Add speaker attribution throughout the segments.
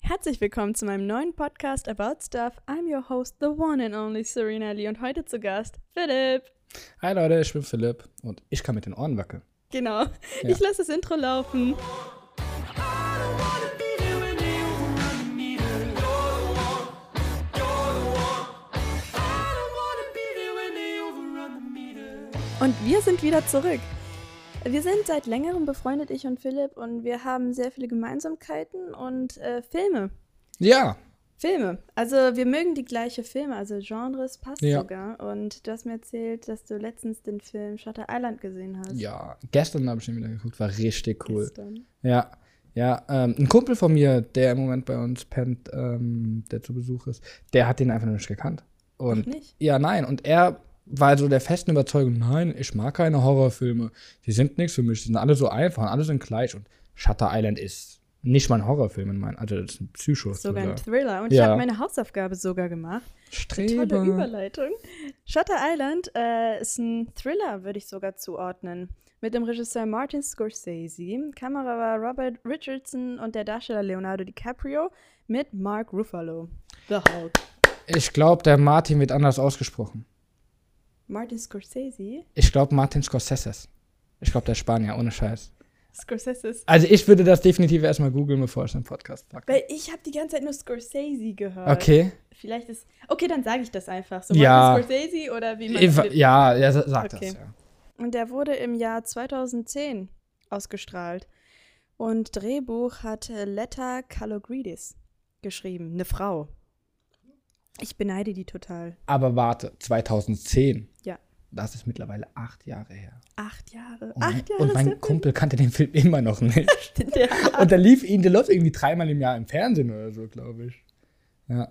Speaker 1: Herzlich willkommen zu meinem neuen Podcast About Stuff. I'm your host, the one and only Serena Lee und heute zu Gast Philipp.
Speaker 2: Hi Leute, ich bin Philipp und ich kann mit den Ohren wackeln.
Speaker 1: Genau. Ich lasse das Intro laufen. Und wir sind wieder zurück. Wir sind seit längerem befreundet, ich und Philipp, und wir haben sehr viele Gemeinsamkeiten und äh, Filme.
Speaker 2: Ja,
Speaker 1: Filme. Also wir mögen die gleiche Filme, also Genres passt
Speaker 2: Ja.
Speaker 1: sogar. Und du hast mir erzählt, dass du letztens den Film Shutter Island gesehen hast.
Speaker 2: ja. Gestern habe ich ihn wieder geguckt, war richtig cool.
Speaker 1: Gestern.
Speaker 2: Ja, ja. Ähm, ein Kumpel von mir, der im Moment bei uns pennt, ähm, der zu Besuch ist, der hat den einfach noch nicht gekannt. Und
Speaker 1: Noch nicht?
Speaker 2: ja, nein. Und er war so der festen Überzeugung, nein, ich mag keine Horrorfilme. Die sind nichts für mich. Die sind alle so einfach, alle sind gleich. Und Shutter Island ist nicht mal ein Horrorfilm in meinen. Also das ist ein Psycho.
Speaker 1: Sogar ein
Speaker 2: thriller
Speaker 1: Thriller. Und ich
Speaker 2: Ja.
Speaker 1: habe meine Hausaufgabe sogar gemacht. Tolle
Speaker 2: Streber.
Speaker 1: Überleitung. Shutter Island äh, ist ein Thriller, würde ich sogar zuordnen. Mit dem Regisseur Martin Scorsese, Kamera war Robert Richardson und der Darsteller Leonardo DiCaprio mit Mark Ruffalo. The Hulk.
Speaker 2: Ich glaube, der Martin wird anders ausgesprochen.
Speaker 1: Martin Scorsese?
Speaker 2: Ich glaube Martin Scorsese. Ich glaube der Spanier, ohne Scheiß.
Speaker 1: Scorsese ist.
Speaker 2: Also ich würde das definitiv erstmal googeln, bevor ich einen Podcast packe.
Speaker 1: Weil ich habe die ganze Zeit nur Scorsese gehört.
Speaker 2: Okay.
Speaker 1: Vielleicht ist. Okay, dann sage ich das einfach. So
Speaker 2: Ja.
Speaker 1: Martin Scorsese oder wie man
Speaker 2: Ich, ja, ja, sa- sag
Speaker 1: Okay.
Speaker 2: das. Ja.
Speaker 1: Und der wurde im Jahr 2010 ausgestrahlt. Und Drehbuch hat äh, Letta Kalogridis geschrieben, eine Frau. Ich beneide die total.
Speaker 2: Aber warte, 2010.
Speaker 1: Ja.
Speaker 2: Das ist mittlerweile acht Jahre her.
Speaker 1: Acht Jahre.
Speaker 2: Und mein,
Speaker 1: acht Jahre
Speaker 2: und
Speaker 1: ist der
Speaker 2: mein Kumpel kannte den Film immer noch nicht.
Speaker 1: Film. Der-
Speaker 2: und der lief ihn, der läuft irgendwie dreimal im Jahr im Fernsehen oder so, glaube ich. Ja.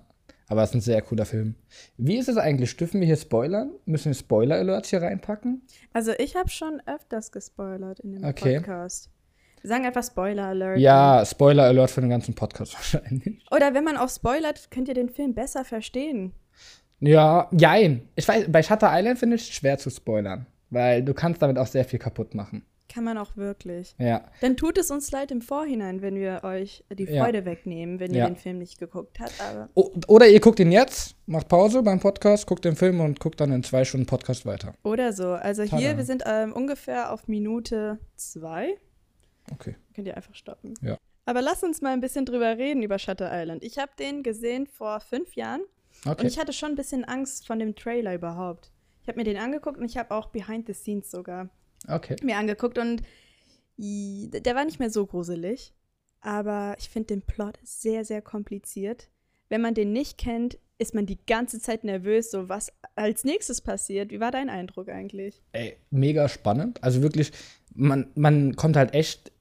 Speaker 2: Aber es ist ein sehr cooler Film. Wie ist es eigentlich? Dürfen wir hier spoilern? Müssen wir Spoiler-Alerts hier reinpacken?
Speaker 1: Also ich habe schon öfters gespoilert in dem
Speaker 2: Okay.
Speaker 1: Podcast. Wir sagen einfach Spoiler Alert.
Speaker 2: Ja, Spoiler-Alert für den ganzen Podcast wahrscheinlich.
Speaker 1: Oder wenn man auch spoilert, könnt ihr den Film besser verstehen.
Speaker 2: Ja, jein. Ich weiß, bei Shutter Island finde ich es schwer zu spoilern, weil du kannst damit auch sehr viel kaputt machen.
Speaker 1: Kann man auch wirklich.
Speaker 2: Ja.
Speaker 1: Dann tut es uns leid im Vorhinein, wenn wir euch die
Speaker 2: Ja.
Speaker 1: Freude wegnehmen, wenn ihr
Speaker 2: Ja.
Speaker 1: den Film nicht geguckt habt. Aber
Speaker 2: O oder ihr guckt ihn jetzt, macht Pause beim Podcast, guckt den Film und guckt dann in zwei Stunden Podcast weiter.
Speaker 1: Oder so. Also hier,
Speaker 2: Tada.
Speaker 1: wir sind ähm, ungefähr auf Minute zwei.
Speaker 2: Okay.
Speaker 1: Könnt ihr einfach stoppen.
Speaker 2: Ja.
Speaker 1: Aber lass uns mal ein bisschen drüber reden über Shutter Island. Ich habe den gesehen vor fünf Jahren und
Speaker 2: Okay.
Speaker 1: ich hatte schon ein bisschen Angst von dem Trailer überhaupt. Ich habe mir den angeguckt und ich habe auch Behind the Scenes sogar
Speaker 2: Okay.
Speaker 1: mir angeguckt und i- der war nicht mehr so gruselig. Aber ich finde den Plot sehr, sehr kompliziert. Wenn man den nicht kennt, ist man die ganze Zeit nervös, so was als nächstes passiert. Wie war dein Eindruck eigentlich?
Speaker 2: Ey, mega spannend. Also wirklich, man, man kommt halt echt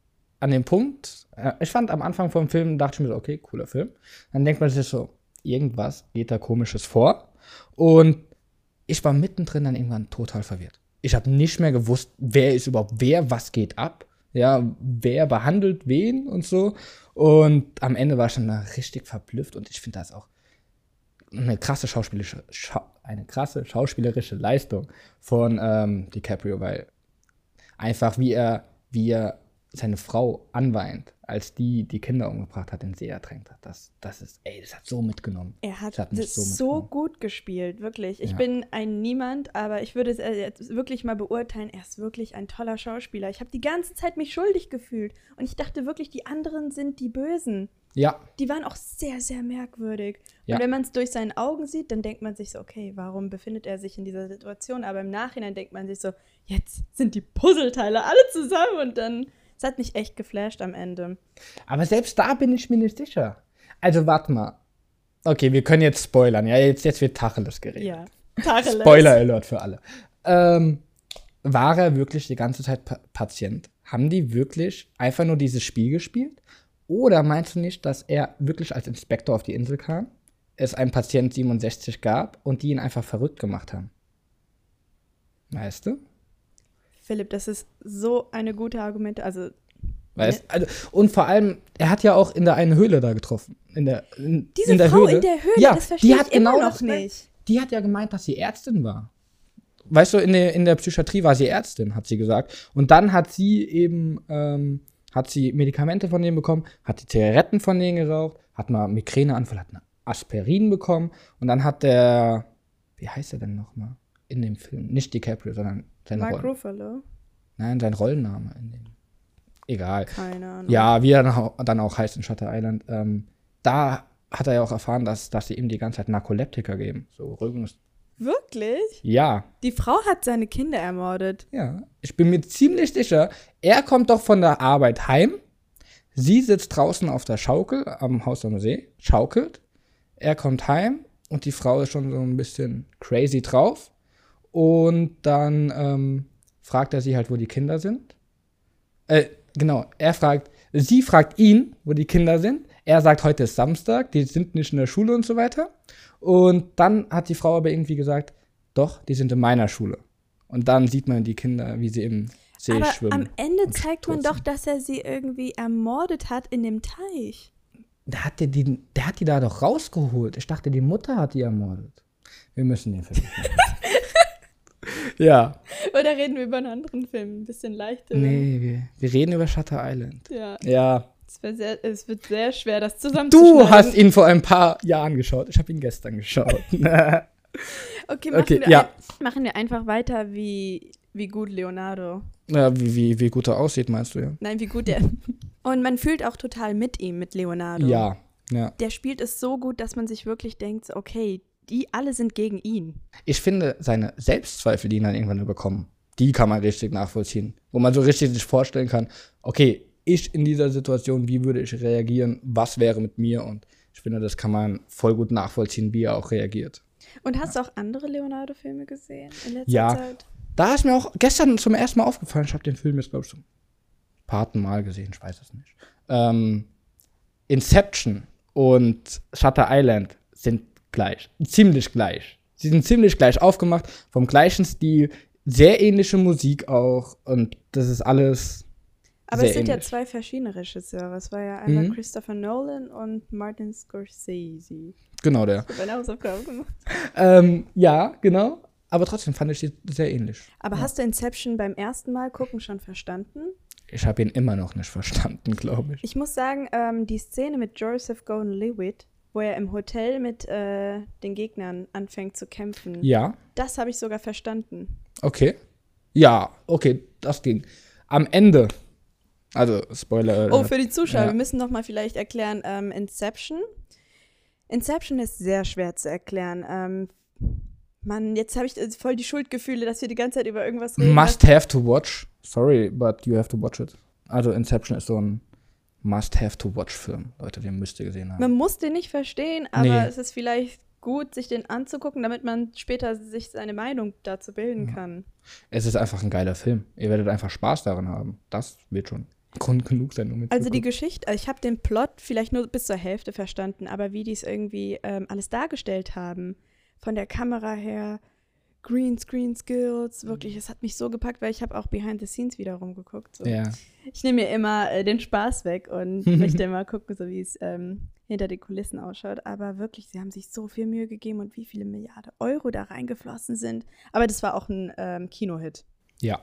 Speaker 2: an den Punkt. Äh, Ich fand am Anfang vom Film, dachte ich mir so, okay, cooler Film. Dann denkt man sich so, irgendwas geht da komisches vor. Und ich war mittendrin dann irgendwann total verwirrt. Ich habe nicht mehr gewusst, wer ist überhaupt wer, was geht ab. Ja, wer behandelt wen und so. Und am Ende war ich dann da richtig verblüfft und ich finde das auch eine krasse schauspielerische, Scha eine krasse schauspielerische Leistung von ähm, DiCaprio, weil einfach wie er, wie er seine Frau anweint, als die die Kinder umgebracht hat, in See ertränkt hat. Das, das ist, ey, das hat so mitgenommen.
Speaker 1: Er hat,
Speaker 2: Das hat mich
Speaker 1: das
Speaker 2: so
Speaker 1: so,
Speaker 2: mitgenommen.
Speaker 1: gut gespielt, wirklich. Ich
Speaker 2: Ja.
Speaker 1: bin ein Niemand, aber ich würde es äh, jetzt wirklich mal beurteilen. Er ist wirklich ein toller Schauspieler. Ich habe die ganze Zeit mich schuldig gefühlt und ich dachte wirklich, die anderen sind die Bösen.
Speaker 2: Ja,
Speaker 1: Die waren auch sehr, sehr merkwürdig.
Speaker 2: Ja.
Speaker 1: Und wenn man es durch seinen Augen sieht, dann denkt man sich so, okay, warum befindet er sich in dieser Situation? Aber im Nachhinein denkt man sich so, jetzt sind die Puzzleteile alle zusammen und dann. Es hat mich echt geflasht am Ende.
Speaker 2: Aber selbst da bin ich mir nicht sicher. Also warte mal. Okay, wir können jetzt spoilern. Ja, jetzt, jetzt wird Tacheles geredet.
Speaker 1: Ja. Tacheles.
Speaker 2: Spoiler Alert für alle. Ähm, war er wirklich die ganze Zeit pa Patient? Haben die wirklich einfach nur dieses Spiel gespielt? Oder meinst du nicht, dass er wirklich als Inspektor auf die Insel kam, es einem Patient 67 gab und die ihn einfach verrückt gemacht haben? Weißt du?
Speaker 1: Philipp, das ist so eine gute Argumente. Also
Speaker 2: Weißt, also, und vor allem, er hat ja auch in der einen Höhle da getroffen. In der, in,
Speaker 1: Diese
Speaker 2: in der
Speaker 1: Frau
Speaker 2: Höhle.
Speaker 1: in der Höhle,
Speaker 2: ja,
Speaker 1: das verstehe
Speaker 2: die hat
Speaker 1: ich immer
Speaker 2: genau
Speaker 1: noch
Speaker 2: das gleiche.
Speaker 1: nicht.
Speaker 2: Die hat ja gemeint, dass sie Ärztin war. Weißt du, in der, in der Psychiatrie war sie Ärztin, hat sie gesagt. Und dann hat sie eben, ähm, hat sie Medikamente von denen bekommen, hat die Zigaretten von denen geraucht, hat mal einen Migräneanfall, hat eine Aspirin bekommen und dann hat der, wie heißt er denn nochmal in dem Film? Nicht DiCaprio, sondern seine
Speaker 1: Mark
Speaker 2: Rollen.
Speaker 1: Ruffalo?
Speaker 2: Nein, sein Rollenname in dem. Egal.
Speaker 1: Keine Ahnung.
Speaker 2: Ja, wie er dann auch- dann auch heißt in Shutter Island. Ähm, da hat er ja auch erfahren, dass, dass sie ihm die ganze Zeit Narkoleptika geben. So Rügungs.
Speaker 1: Wirklich?
Speaker 2: Ja,
Speaker 1: Die Frau hat seine Kinder ermordet.
Speaker 2: ja. Ich bin mir ziemlich sicher, er kommt doch von der Arbeit heim. Sie sitzt draußen auf der Schaukel am Haus am See, schaukelt. Er kommt heim und die Frau ist schon so ein bisschen crazy drauf. Und dann ähm, fragt er sie halt, wo die Kinder sind. Äh, genau, er fragt, sie fragt ihn, wo die Kinder sind. Er sagt, heute ist Samstag, die sind nicht in der Schule und so weiter. Und dann hat die Frau aber irgendwie gesagt, doch, die sind in meiner Schule. Und dann sieht man die Kinder, wie sie im See
Speaker 1: Aber am
Speaker 2: schwimmen.
Speaker 1: Ende
Speaker 2: und
Speaker 1: zeigt man
Speaker 2: stürzen.
Speaker 1: doch, dass er sie irgendwie ermordet hat in dem Teich.
Speaker 2: Der hat, die, die, der hat die da doch rausgeholt. Ich dachte, die Mutter hat die ermordet. Wir müssen den Film. schauen. ja.
Speaker 1: Oder reden wir über einen anderen Film? Ein bisschen leichter.
Speaker 2: Nee, wir, wir reden über Shutter Island.
Speaker 1: Ja,
Speaker 2: Ja.
Speaker 1: es wird sehr, es wird sehr schwer, das zusammenzuschneiden.
Speaker 2: Du hast ihn vor ein paar Jahren geschaut. Ich habe ihn gestern geschaut.
Speaker 1: Okay, machen,
Speaker 2: Okay,
Speaker 1: wir,
Speaker 2: ja.
Speaker 1: ein, machen wir einfach weiter, wie, wie gut Leonardo.
Speaker 2: ja, wie, wie, wie gut er aussieht, meinst du ja?
Speaker 1: Nein, wie gut er. Und man fühlt auch total mit ihm, mit Leonardo.
Speaker 2: Ja. Ja.
Speaker 1: Der spielt es so gut, dass man sich wirklich denkt, so, okay, die alle sind gegen ihn.
Speaker 2: Ich finde, seine Selbstzweifel, die ihn dann irgendwann überkommen, die kann man richtig nachvollziehen. Wo man so richtig sich vorstellen kann, okay, ich in dieser Situation, wie würde ich reagieren? Was wäre mit mir? Und ich finde, das kann man voll gut nachvollziehen, wie er auch reagiert.
Speaker 1: Und hast du auch andere Leonardo-Filme gesehen in letzter
Speaker 2: Ja.
Speaker 1: Zeit?
Speaker 2: Da ist mir auch gestern zum ersten Mal aufgefallen, ich habe den Film jetzt, glaube ich, zum paarten Mal gesehen, ich weiß es nicht. Ähm, Inception und Shutter Island sind gleich, ziemlich gleich. Sie sind ziemlich gleich aufgemacht, vom gleichen Stil, sehr ähnliche Musik auch und das ist alles.
Speaker 1: Aber
Speaker 2: sehr
Speaker 1: es sind ja
Speaker 2: ähnlich.
Speaker 1: zwei verschiedene Regisseure. Es war ja einmal
Speaker 2: Mhm.
Speaker 1: Christopher Nolan und Martin Scorsese.
Speaker 2: Genau der.
Speaker 1: Ich habe eine Hausaufgabe gemacht.
Speaker 2: Ähm, ja, genau. Aber trotzdem fand ich sie sehr ähnlich.
Speaker 1: Aber hast du Inception beim ersten Mal gucken schon verstanden?
Speaker 2: Ich habe ihn immer noch nicht verstanden, glaube ich.
Speaker 1: Ich muss sagen, ähm, die Szene mit Joseph Gordon-Lewitt, wo er im Hotel mit äh, den Gegnern anfängt zu kämpfen,
Speaker 2: Ja,
Speaker 1: das habe ich sogar verstanden.
Speaker 2: Okay. Ja, okay, das ging. Am Ende. Also, Spoiler.
Speaker 1: Oh,
Speaker 2: äh,
Speaker 1: für die Zuschauer,
Speaker 2: Ja.
Speaker 1: wir müssen noch mal vielleicht erklären, ähm, Inception. Inception ist sehr schwer zu erklären. Ähm, Mann, jetzt habe ich äh, voll die Schuldgefühle, dass wir die ganze Zeit über irgendwas reden. Also,
Speaker 2: must have to watch. Sorry, but you have to watch it. Also, Inception ist so ein must have to watch Film. Leute, den müsst ihr gesehen haben.
Speaker 1: Man muss den nicht verstehen, aber
Speaker 2: Nee.
Speaker 1: es ist vielleicht gut, sich den anzugucken, damit man später sich seine Meinung dazu bilden kann.
Speaker 2: Es ist einfach ein geiler Film. Ihr werdet einfach Spaß daran haben. Das wird schon Grund genug sein, um ihn
Speaker 1: Also
Speaker 2: zu
Speaker 1: die
Speaker 2: gucken.
Speaker 1: Geschichte, ich habe den Plot vielleicht nur bis zur Hälfte verstanden, aber wie die es irgendwie ähm, alles dargestellt haben, von der Kamera her, Greenscreen Skills, wirklich, es hat mich so gepackt, weil ich habe auch Behind the Scenes wiederum geguckt. So.
Speaker 2: Mhm. Ja.
Speaker 1: Ich nehme mir immer äh, den Spaß weg und möchte mal gucken, so wie es ähm, hinter den Kulissen ausschaut. Aber wirklich, sie haben sich so viel Mühe gegeben und wie viele Milliarden Euro da reingeflossen sind. Aber das war auch ein ähm, Kinohit.
Speaker 2: Ja.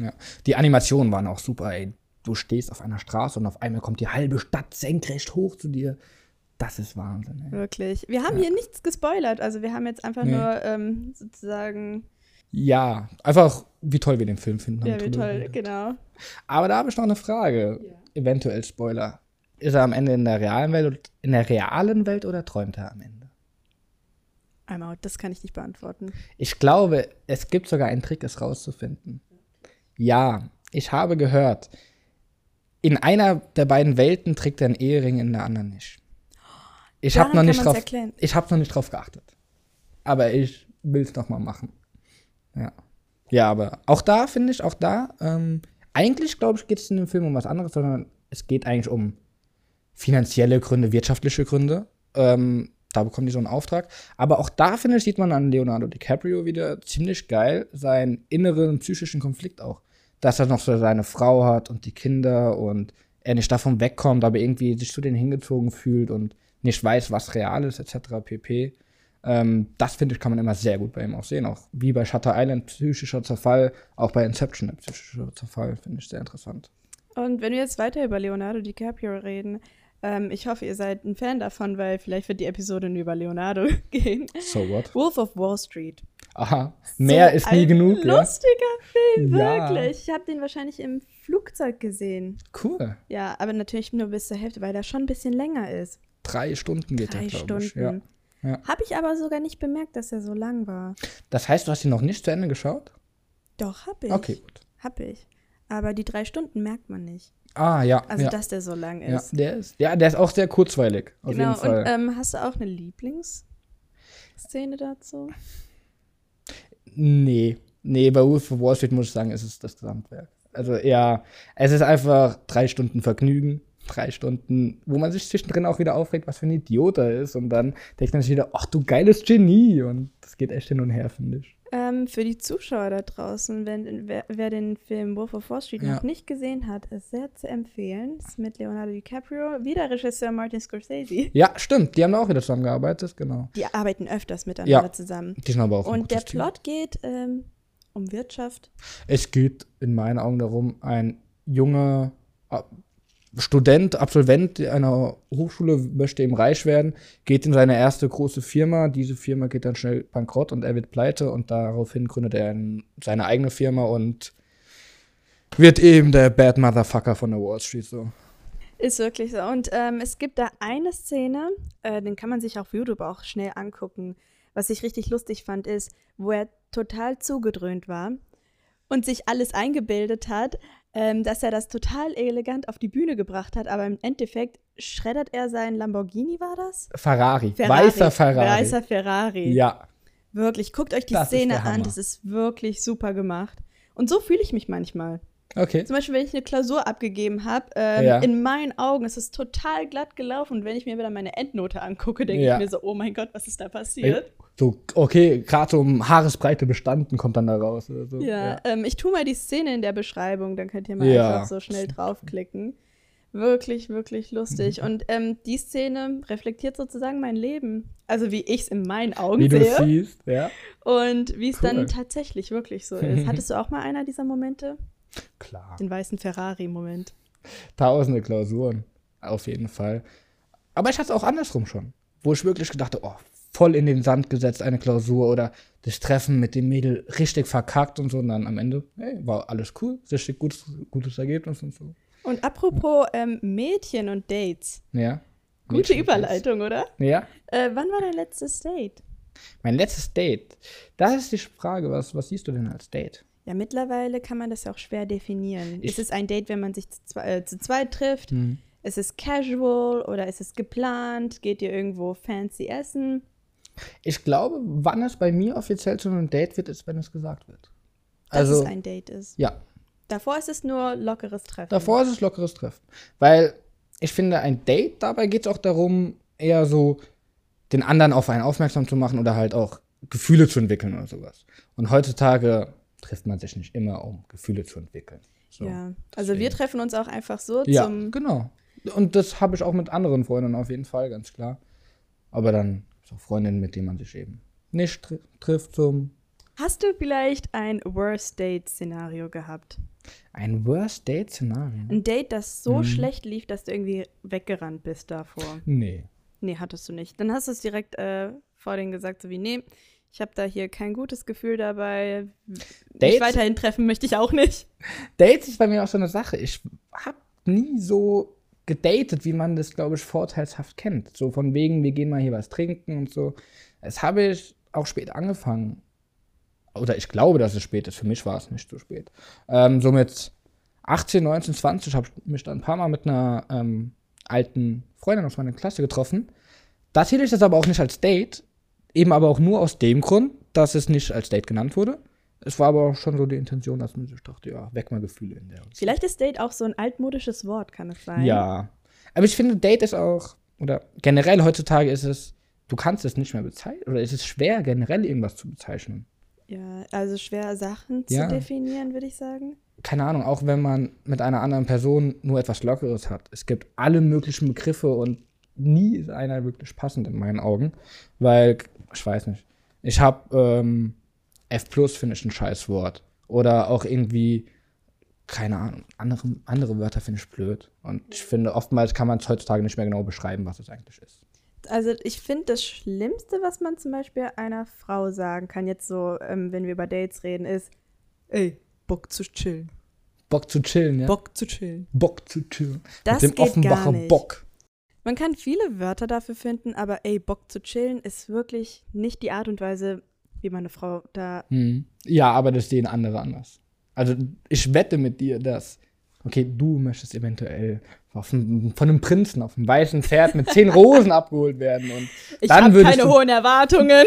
Speaker 2: ja. Die Animationen waren auch super, ey. Du stehst auf einer Straße und auf einmal kommt die halbe Stadt senkrecht hoch zu dir. Das ist Wahnsinn, ey.
Speaker 1: Wirklich. Wir haben hier nichts gespoilert. Also wir haben jetzt einfach
Speaker 2: Nee.
Speaker 1: nur ähm, sozusagen
Speaker 2: Ja, einfach, wie toll wir den Film finden. haben
Speaker 1: Ja,
Speaker 2: wir
Speaker 1: wie
Speaker 2: drüber
Speaker 1: toll,
Speaker 2: geredet.
Speaker 1: genau.
Speaker 2: Aber da habe ich noch eine Frage. Eventuell Spoiler. Ist er am Ende in der realen Welt oder- in der realen Welt oder träumt er am Ende?
Speaker 1: I'm out, das kann ich nicht beantworten.
Speaker 2: Ich glaube, es gibt sogar einen Trick, es rauszufinden. Ja, ich habe gehört, in einer der beiden Welten trägt er einen Ehering, in der anderen nicht. Ich habe
Speaker 1: Daran
Speaker 2: noch,
Speaker 1: kann
Speaker 2: nicht
Speaker 1: man's
Speaker 2: drauf-
Speaker 1: erklären.
Speaker 2: ich hab noch nicht drauf geachtet. Aber ich will es nochmal machen. Ja. Ja, aber auch da finde ich, auch da, ähm, eigentlich glaube ich, geht es in dem Film um was anderes, sondern es geht eigentlich um finanzielle Gründe, wirtschaftliche Gründe. Ähm, da bekommen die so einen Auftrag. Aber auch da, finde ich, sieht man an Leonardo DiCaprio wieder ziemlich geil seinen inneren psychischen Konflikt auch. Dass er noch so seine Frau hat und die Kinder und er nicht davon wegkommt, aber irgendwie sich zu denen hingezogen fühlt und nicht weiß, was real ist, etc. pp. Ähm, das, finde ich, kann man immer sehr gut bei ihm auch sehen. Auch wie bei Shutter Island psychischer Zerfall, auch bei Inception psychischer Zerfall, finde ich sehr interessant.
Speaker 1: Und wenn wir jetzt weiter über Leonardo DiCaprio reden, ähm, ich hoffe, ihr seid ein Fan davon, weil vielleicht wird die Episode nur über Leonardo gehen.
Speaker 2: So what?
Speaker 1: Wolf of Wall Street.
Speaker 2: Aha. Mehr
Speaker 1: So
Speaker 2: ist nie
Speaker 1: ein
Speaker 2: genug, ja?
Speaker 1: Lustiger Film,
Speaker 2: Ja.
Speaker 1: wirklich. Ich habe den wahrscheinlich im Flugzeug gesehen.
Speaker 2: Cool.
Speaker 1: Ja, aber natürlich nur bis zur Hälfte, weil der schon ein bisschen länger ist.
Speaker 2: Drei Stunden geht
Speaker 1: Drei
Speaker 2: der, glaube ich.
Speaker 1: Stunden.
Speaker 2: Ja. Ja.
Speaker 1: Habe ich aber sogar nicht bemerkt, dass er so lang war.
Speaker 2: Das heißt, du hast ihn noch nicht zu Ende geschaut?
Speaker 1: Doch, hab ich.
Speaker 2: Okay, gut.
Speaker 1: Hab ich. Aber die drei Stunden merkt man nicht.
Speaker 2: Ah, ja.
Speaker 1: Also,
Speaker 2: ja.
Speaker 1: dass der so lang
Speaker 2: Ja,
Speaker 1: ist.
Speaker 2: der ist, ja, der ist auch sehr kurzweilig, auf
Speaker 1: genau.
Speaker 2: jeden Fall.
Speaker 1: Und ähm, hast du auch eine Lieblingsszene dazu?
Speaker 2: nee, nee, bei Wolf of Wall Street muss ich sagen, ist es ist das Gesamtwerk. Also ja, es ist einfach drei Stunden Vergnügen, drei Stunden, wo man sich zwischendrin auch wieder aufregt, was für ein Idiot er ist. Und dann denkt man sich wieder, ach du geiles Genie. Und das geht echt hin und her, finde ich.
Speaker 1: Ähm, für die Zuschauer da draußen, wenn, wer, wer den Film Wolf of Wall Street
Speaker 2: Ja.
Speaker 1: noch nicht gesehen hat, ist sehr zu empfehlen. Ist mit Leonardo DiCaprio, wieder Regisseur Martin Scorsese.
Speaker 2: Ja, stimmt, die haben da auch wieder zusammengearbeitet, genau.
Speaker 1: Die arbeiten öfters miteinander
Speaker 2: Ja.
Speaker 1: zusammen.
Speaker 2: Die sind aber auch ein
Speaker 1: Und der
Speaker 2: gutes Team.
Speaker 1: Plot geht ähm, um Wirtschaft.
Speaker 2: Es geht in meinen Augen darum, ein junger äh, Student, Absolvent einer Hochschule möchte eben reich werden, geht in seine erste große Firma. Diese Firma geht dann schnell bankrott und er wird pleite und daraufhin gründet er ein- seine eigene Firma und wird eben der Bad Motherfucker von der Wall Street so.
Speaker 1: Ist wirklich so. Und ähm, es gibt da eine Szene, äh, den kann man sich auf YouTube auch schnell angucken. Was ich richtig lustig fand, ist, wo er total zugedröhnt war und sich alles eingebildet hat, ähm, dass er das total elegant auf die Bühne gebracht hat, aber im Endeffekt schreddert er seinen Lamborghini, war das?
Speaker 2: Ferrari, weißer Ferrari.
Speaker 1: Weißer Ferrari.
Speaker 2: Ja,
Speaker 1: Wirklich, guckt euch die
Speaker 2: Das ist
Speaker 1: Szene
Speaker 2: der
Speaker 1: an,
Speaker 2: Hammer.
Speaker 1: das ist wirklich super gemacht. Und so fühle ich mich manchmal.
Speaker 2: okay.
Speaker 1: Zum Beispiel, wenn ich eine Klausur abgeben habe, ähm,
Speaker 2: Ja.
Speaker 1: in meinen Augen ist es total glatt gelaufen. Und wenn ich mir wieder meine Endnote angucke, denke
Speaker 2: Ja.
Speaker 1: ich mir so, oh mein Gott, was ist da passiert?
Speaker 2: So, okay, gerade so um Haaresbreite bestanden kommt dann da raus. Also, Oder so.
Speaker 1: ja, Ähm, ich tue mal die Szene in der Beschreibung, dann könnt ihr mal
Speaker 2: Ja.
Speaker 1: einfach so schnell draufklicken. Wirklich, wirklich lustig. Und ähm, die Szene reflektiert sozusagen mein Leben. Also wie ich es in meinen Augen
Speaker 2: Wie du
Speaker 1: sehe
Speaker 2: siehst, ja.
Speaker 1: und wie es
Speaker 2: Cool.
Speaker 1: dann tatsächlich wirklich so ist. Hattest du auch mal einer dieser Momente?
Speaker 2: Klar.
Speaker 1: Den weißen Ferrari-Moment.
Speaker 2: tausende Klausuren. Auf jeden Fall. Aber ich hatte es auch andersrum schon, wo ich wirklich gedacht habe, oh, voll in den Sand gesetzt, eine Klausur oder das Treffen mit dem Mädel richtig verkackt und so. Und dann am Ende, hey, war alles cool, richtig gutes, gutes Ergebnis und so.
Speaker 1: Und apropos ähm, Mädchen und Dates.
Speaker 2: Ja.
Speaker 1: Gute
Speaker 2: Mädchen-
Speaker 1: Überleitung, oder?
Speaker 2: Ja.
Speaker 1: Äh, wann war dein letztes Date?
Speaker 2: Mein letztes Date. Das ist die Frage, was, was siehst du denn als Date?
Speaker 1: Ja, mittlerweile kann man das ja auch schwer definieren.
Speaker 2: Ich-
Speaker 1: ist es ein Date, wenn man sich zu, zwe äh, zu zweit trifft?
Speaker 2: Hm.
Speaker 1: Ist es casual oder ist es geplant? Geht ihr irgendwo fancy essen?
Speaker 2: Ich glaube, wann es bei mir offiziell zu einem Date wird, ist, wenn es gesagt wird.
Speaker 1: Dass
Speaker 2: also,
Speaker 1: es ein Date ist.
Speaker 2: ja,
Speaker 1: Davor ist es nur lockeres Treffen.
Speaker 2: Davor ist es lockeres Treffen. Weil ich finde, ein Date, dabei geht es auch darum, eher so den anderen auf einen aufmerksam zu machen oder halt auch Gefühle zu entwickeln oder sowas. Und heutzutage trifft man sich nicht immer, um Gefühle zu entwickeln. So.
Speaker 1: ja. Also wir
Speaker 2: deswegen.
Speaker 1: treffen uns auch einfach so
Speaker 2: ja
Speaker 1: zum.
Speaker 2: genau. Und das habe ich auch mit anderen Freunden auf jeden Fall, ganz klar. Aber dann gibt's auch Freundinnen, mit denen man sich eben nicht tr trifft zum
Speaker 1: Hast du vielleicht ein Worst Date-Szenario gehabt?
Speaker 2: ein Worst-Date-Szenario. ne?
Speaker 1: Ein Date, das
Speaker 2: Hm.
Speaker 1: so schlecht lief, dass du irgendwie weggerannt bist davor.
Speaker 2: Nee.
Speaker 1: Nee, hattest du nicht. Dann hast du es direkt äh, vor denen gesagt, so wie, nee, ich habe da hier kein gutes Gefühl dabei. Mich
Speaker 2: Dates-
Speaker 1: weiterhin treffen möchte ich auch nicht.
Speaker 2: Dates ist bei mir auch so eine Sache. Ich habe nie so gedatet, wie man das, glaube ich, vorteilshaft kennt. So von wegen, wir gehen mal hier was trinken und so. Das habe ich auch spät angefangen. Oder ich glaube, dass es spät ist. Für mich war es nicht so spät. Ähm, so mit 18, 19, 20 habe ich mich dann ein paar Mal mit einer ähm, alten Freundin aus meiner Klasse getroffen. Da zähle ich das aber auch nicht als Date. Eben aber auch nur aus dem Grund, dass es nicht als Date genannt wurde. Es war aber auch schon so die Intention, dass man sich dachte, ja, weg mal Gefühle in der. und so.
Speaker 1: Vielleicht ist Date auch so ein altmodisches Wort, kann es sein.
Speaker 2: Ja. Aber ich finde, Date ist auch, oder generell heutzutage ist es, du kannst es nicht mehr bezeichnen, oder es ist schwer, generell irgendwas zu bezeichnen.
Speaker 1: Ja, also schwer Sachen
Speaker 2: Ja.
Speaker 1: zu definieren, würde ich sagen.
Speaker 2: Keine Ahnung, auch wenn man mit einer anderen Person nur etwas Lockeres hat. Es gibt alle möglichen Begriffe und nie ist einer wirklich passend in meinen Augen, weil, ich weiß nicht, ich habe ähm, F plus finde ich ein scheiß Wort. Oder auch irgendwie keine Ahnung, andere, andere Wörter finde ich blöd. Und ich finde, oftmals kann man es heutzutage nicht mehr genau beschreiben, was es eigentlich ist.
Speaker 1: Also ich finde das Schlimmste, was man zum Beispiel einer Frau sagen kann, jetzt so, ähm, wenn wir über Dates reden, ist, ey, Bock zu chillen.
Speaker 2: Bock zu chillen, ja?
Speaker 1: Bock zu chillen.
Speaker 2: Bock zu chillen.
Speaker 1: Das
Speaker 2: Mit dem
Speaker 1: geht
Speaker 2: Offenbacher
Speaker 1: gar nicht.
Speaker 2: Bock.
Speaker 1: Man kann viele Wörter dafür finden, aber ey, Bock zu chillen ist wirklich nicht die Art und Weise, wie man eine Frau da.
Speaker 2: Mhm. Ja, aber das sehen andere anders. Also ich wette mit dir, dass, okay, du möchtest eventuell auf dem, von einem Prinzen auf einem weißen Pferd mit zehn Rosen abgeholt werden und
Speaker 1: Ich
Speaker 2: Dann
Speaker 1: habe
Speaker 2: würdest
Speaker 1: keine
Speaker 2: du-
Speaker 1: hohen Erwartungen.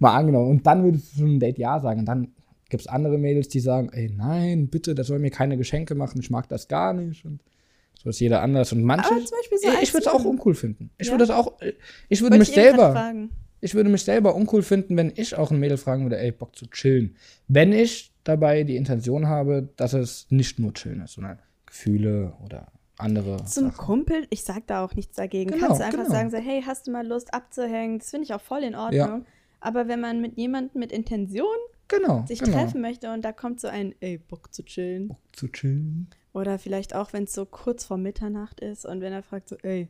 Speaker 2: mal angenommen. Und dann würdest du zu einem Date Ja sagen. Und dann gibt es andere Mädels, die sagen, ey, nein, bitte, da soll mir keine Geschenke machen, ich mag das gar nicht. Und so ist jeder anders. Und manche.
Speaker 1: Aber zum Beispiel so
Speaker 2: ich
Speaker 1: als
Speaker 2: ich würde es auch uncool finden. Ich
Speaker 1: Ja?
Speaker 2: würde es auch. äh, Ich würde
Speaker 1: Wollte
Speaker 2: mich
Speaker 1: ich eben gerade
Speaker 2: selber
Speaker 1: Fragen.
Speaker 2: ich würde mich selber uncool finden, wenn ich auch ein Mädel fragen würde, ey, Bock zu chillen. Wenn ich dabei die Intention habe, dass es nicht nur chillen ist, sondern Gefühle oder andere.
Speaker 1: Zum
Speaker 2: Sachen.
Speaker 1: Kumpel, ich sag da auch nichts dagegen.
Speaker 2: Genau,
Speaker 1: Kannst du einfach
Speaker 2: genau.
Speaker 1: sagen, so, hey, hast du mal Lust abzuhängen? Das finde ich auch voll in Ordnung. Aber wenn man mit jemandem mit Intention
Speaker 2: Genau.
Speaker 1: sich
Speaker 2: genau.
Speaker 1: treffen möchte und da kommt so ein, ey, Bock zu chillen.
Speaker 2: Bock zu chillen.
Speaker 1: Oder vielleicht auch, wenn es so kurz vor Mitternacht ist und wenn er fragt so, ey,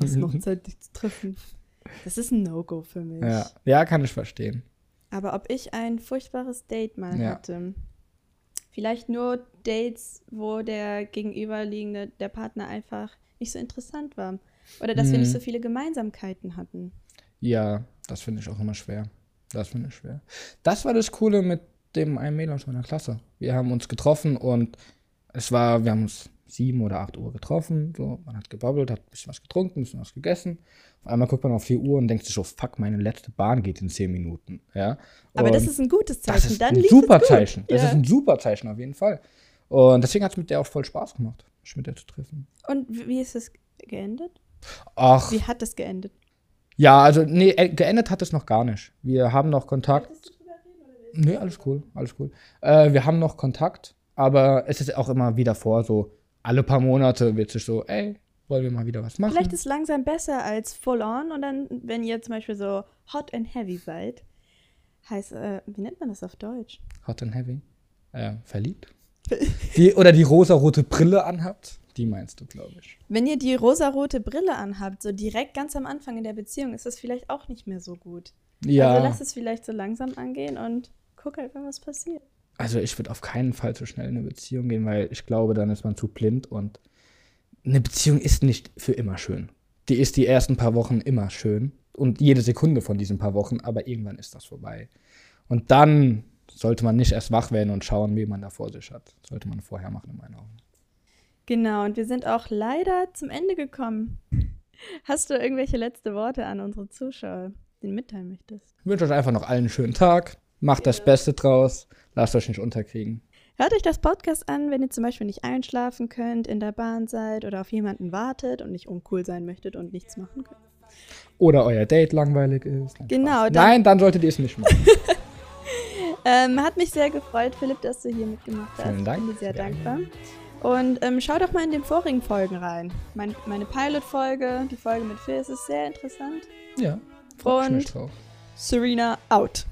Speaker 1: hast du
Speaker 2: Mhm.
Speaker 1: noch Zeit, dich zu treffen? Das ist ein No-Go für mich.
Speaker 2: Ja. ja, kann ich verstehen.
Speaker 1: Aber ob ich ein furchtbares Date mal
Speaker 2: Ja.
Speaker 1: hatte? Vielleicht nur Dates, wo der gegenüberliegende, der Partner einfach nicht so interessant war. Oder dass wir
Speaker 2: Mhm.
Speaker 1: nicht so viele Gemeinsamkeiten hatten.
Speaker 2: Ja, das finde ich auch immer schwer. Das finde ich schwer. Das war das Coole mit dem einen Mädel aus meiner Klasse. Wir haben uns getroffen und es war, wir haben uns sieben oder acht Uhr getroffen. So, man hat gebabbelt, hat ein bisschen was getrunken, ein bisschen was gegessen. Auf einmal guckt man auf vier Uhr und denkt sich so, fuck, meine letzte Bahn geht in zehn Minuten. Ja?
Speaker 1: Aber das
Speaker 2: Und-
Speaker 1: ist ein gutes Zeichen.
Speaker 2: das ist
Speaker 1: Dann
Speaker 2: ein
Speaker 1: lief es
Speaker 2: super
Speaker 1: gut.
Speaker 2: Zeichen. Das
Speaker 1: ja.
Speaker 2: ist ein super Zeichen auf jeden Fall. Und deswegen hat es mit der auch voll Spaß gemacht, mich mit der zu treffen.
Speaker 1: Und wie wie ist es geendet?
Speaker 2: Ach,
Speaker 1: Wie hat das geendet?
Speaker 2: Ja, also nee, äh, geendet hat es noch gar nicht. Wir haben noch Kontakt. Nee, alles cool, alles cool. Äh, wir haben noch Kontakt, aber es ist auch immer wieder vor, so alle paar Monate wird sich so, ey, wollen wir mal wieder was machen?
Speaker 1: Vielleicht ist langsam besser als full on und dann, wenn ihr zum Beispiel so hot and heavy seid, heißt, äh, wie nennt man das auf Deutsch?
Speaker 2: Hot and heavy. Äh, verliebt. die, oder die rosarote Brille anhabt. Die meinst du, glaube ich.
Speaker 1: Wenn ihr die rosarote Brille anhabt, so direkt ganz am Anfang in der Beziehung, ist das vielleicht auch nicht mehr so gut.
Speaker 2: Ja.
Speaker 1: Also lasst es vielleicht so langsam angehen und guck halt mal, was passiert.
Speaker 2: Also ich würde auf keinen Fall zu schnell in eine Beziehung gehen, weil ich glaube, dann ist man zu blind und eine Beziehung ist nicht für immer schön. Die ist die ersten paar Wochen immer schön und jede Sekunde von diesen paar Wochen, aber irgendwann ist das vorbei. Und dann sollte man nicht erst wach werden und schauen, wie man da vor sich hat. Sollte man vorher machen, in meinen Augen.
Speaker 1: Genau, und wir sind auch leider zum Ende gekommen. Hast du irgendwelche letzte Worte an unsere Zuschauer, die du mitteilen möchtest?
Speaker 2: Ich wünsche euch einfach noch allen einen schönen Tag. Macht das Beste draus. Lasst euch nicht unterkriegen.
Speaker 1: Hört euch das Podcast an, wenn ihr zum Beispiel nicht einschlafen könnt, in der Bahn seid oder auf jemanden wartet und nicht uncool sein möchtet und nichts machen könnt.
Speaker 2: Oder euer Date langweilig ist. Nein,
Speaker 1: Genau,
Speaker 2: Spaß.
Speaker 1: dann-
Speaker 2: Nein, dann solltet ihr es nicht machen.
Speaker 1: Ähm, hat mich sehr gefreut, Philipp, dass du hier mitgemacht hast.
Speaker 2: Vielen Dank.
Speaker 1: Ich bin dir sehr
Speaker 2: Sehr
Speaker 1: dankbar. Und ähm, schau doch mal in den vorigen Folgen rein. Mein, meine Pilot-Folge, die Folge mit Phil, es ist sehr interessant.
Speaker 2: ja, freut
Speaker 1: Und-
Speaker 2: mich drauf.
Speaker 1: Serena out.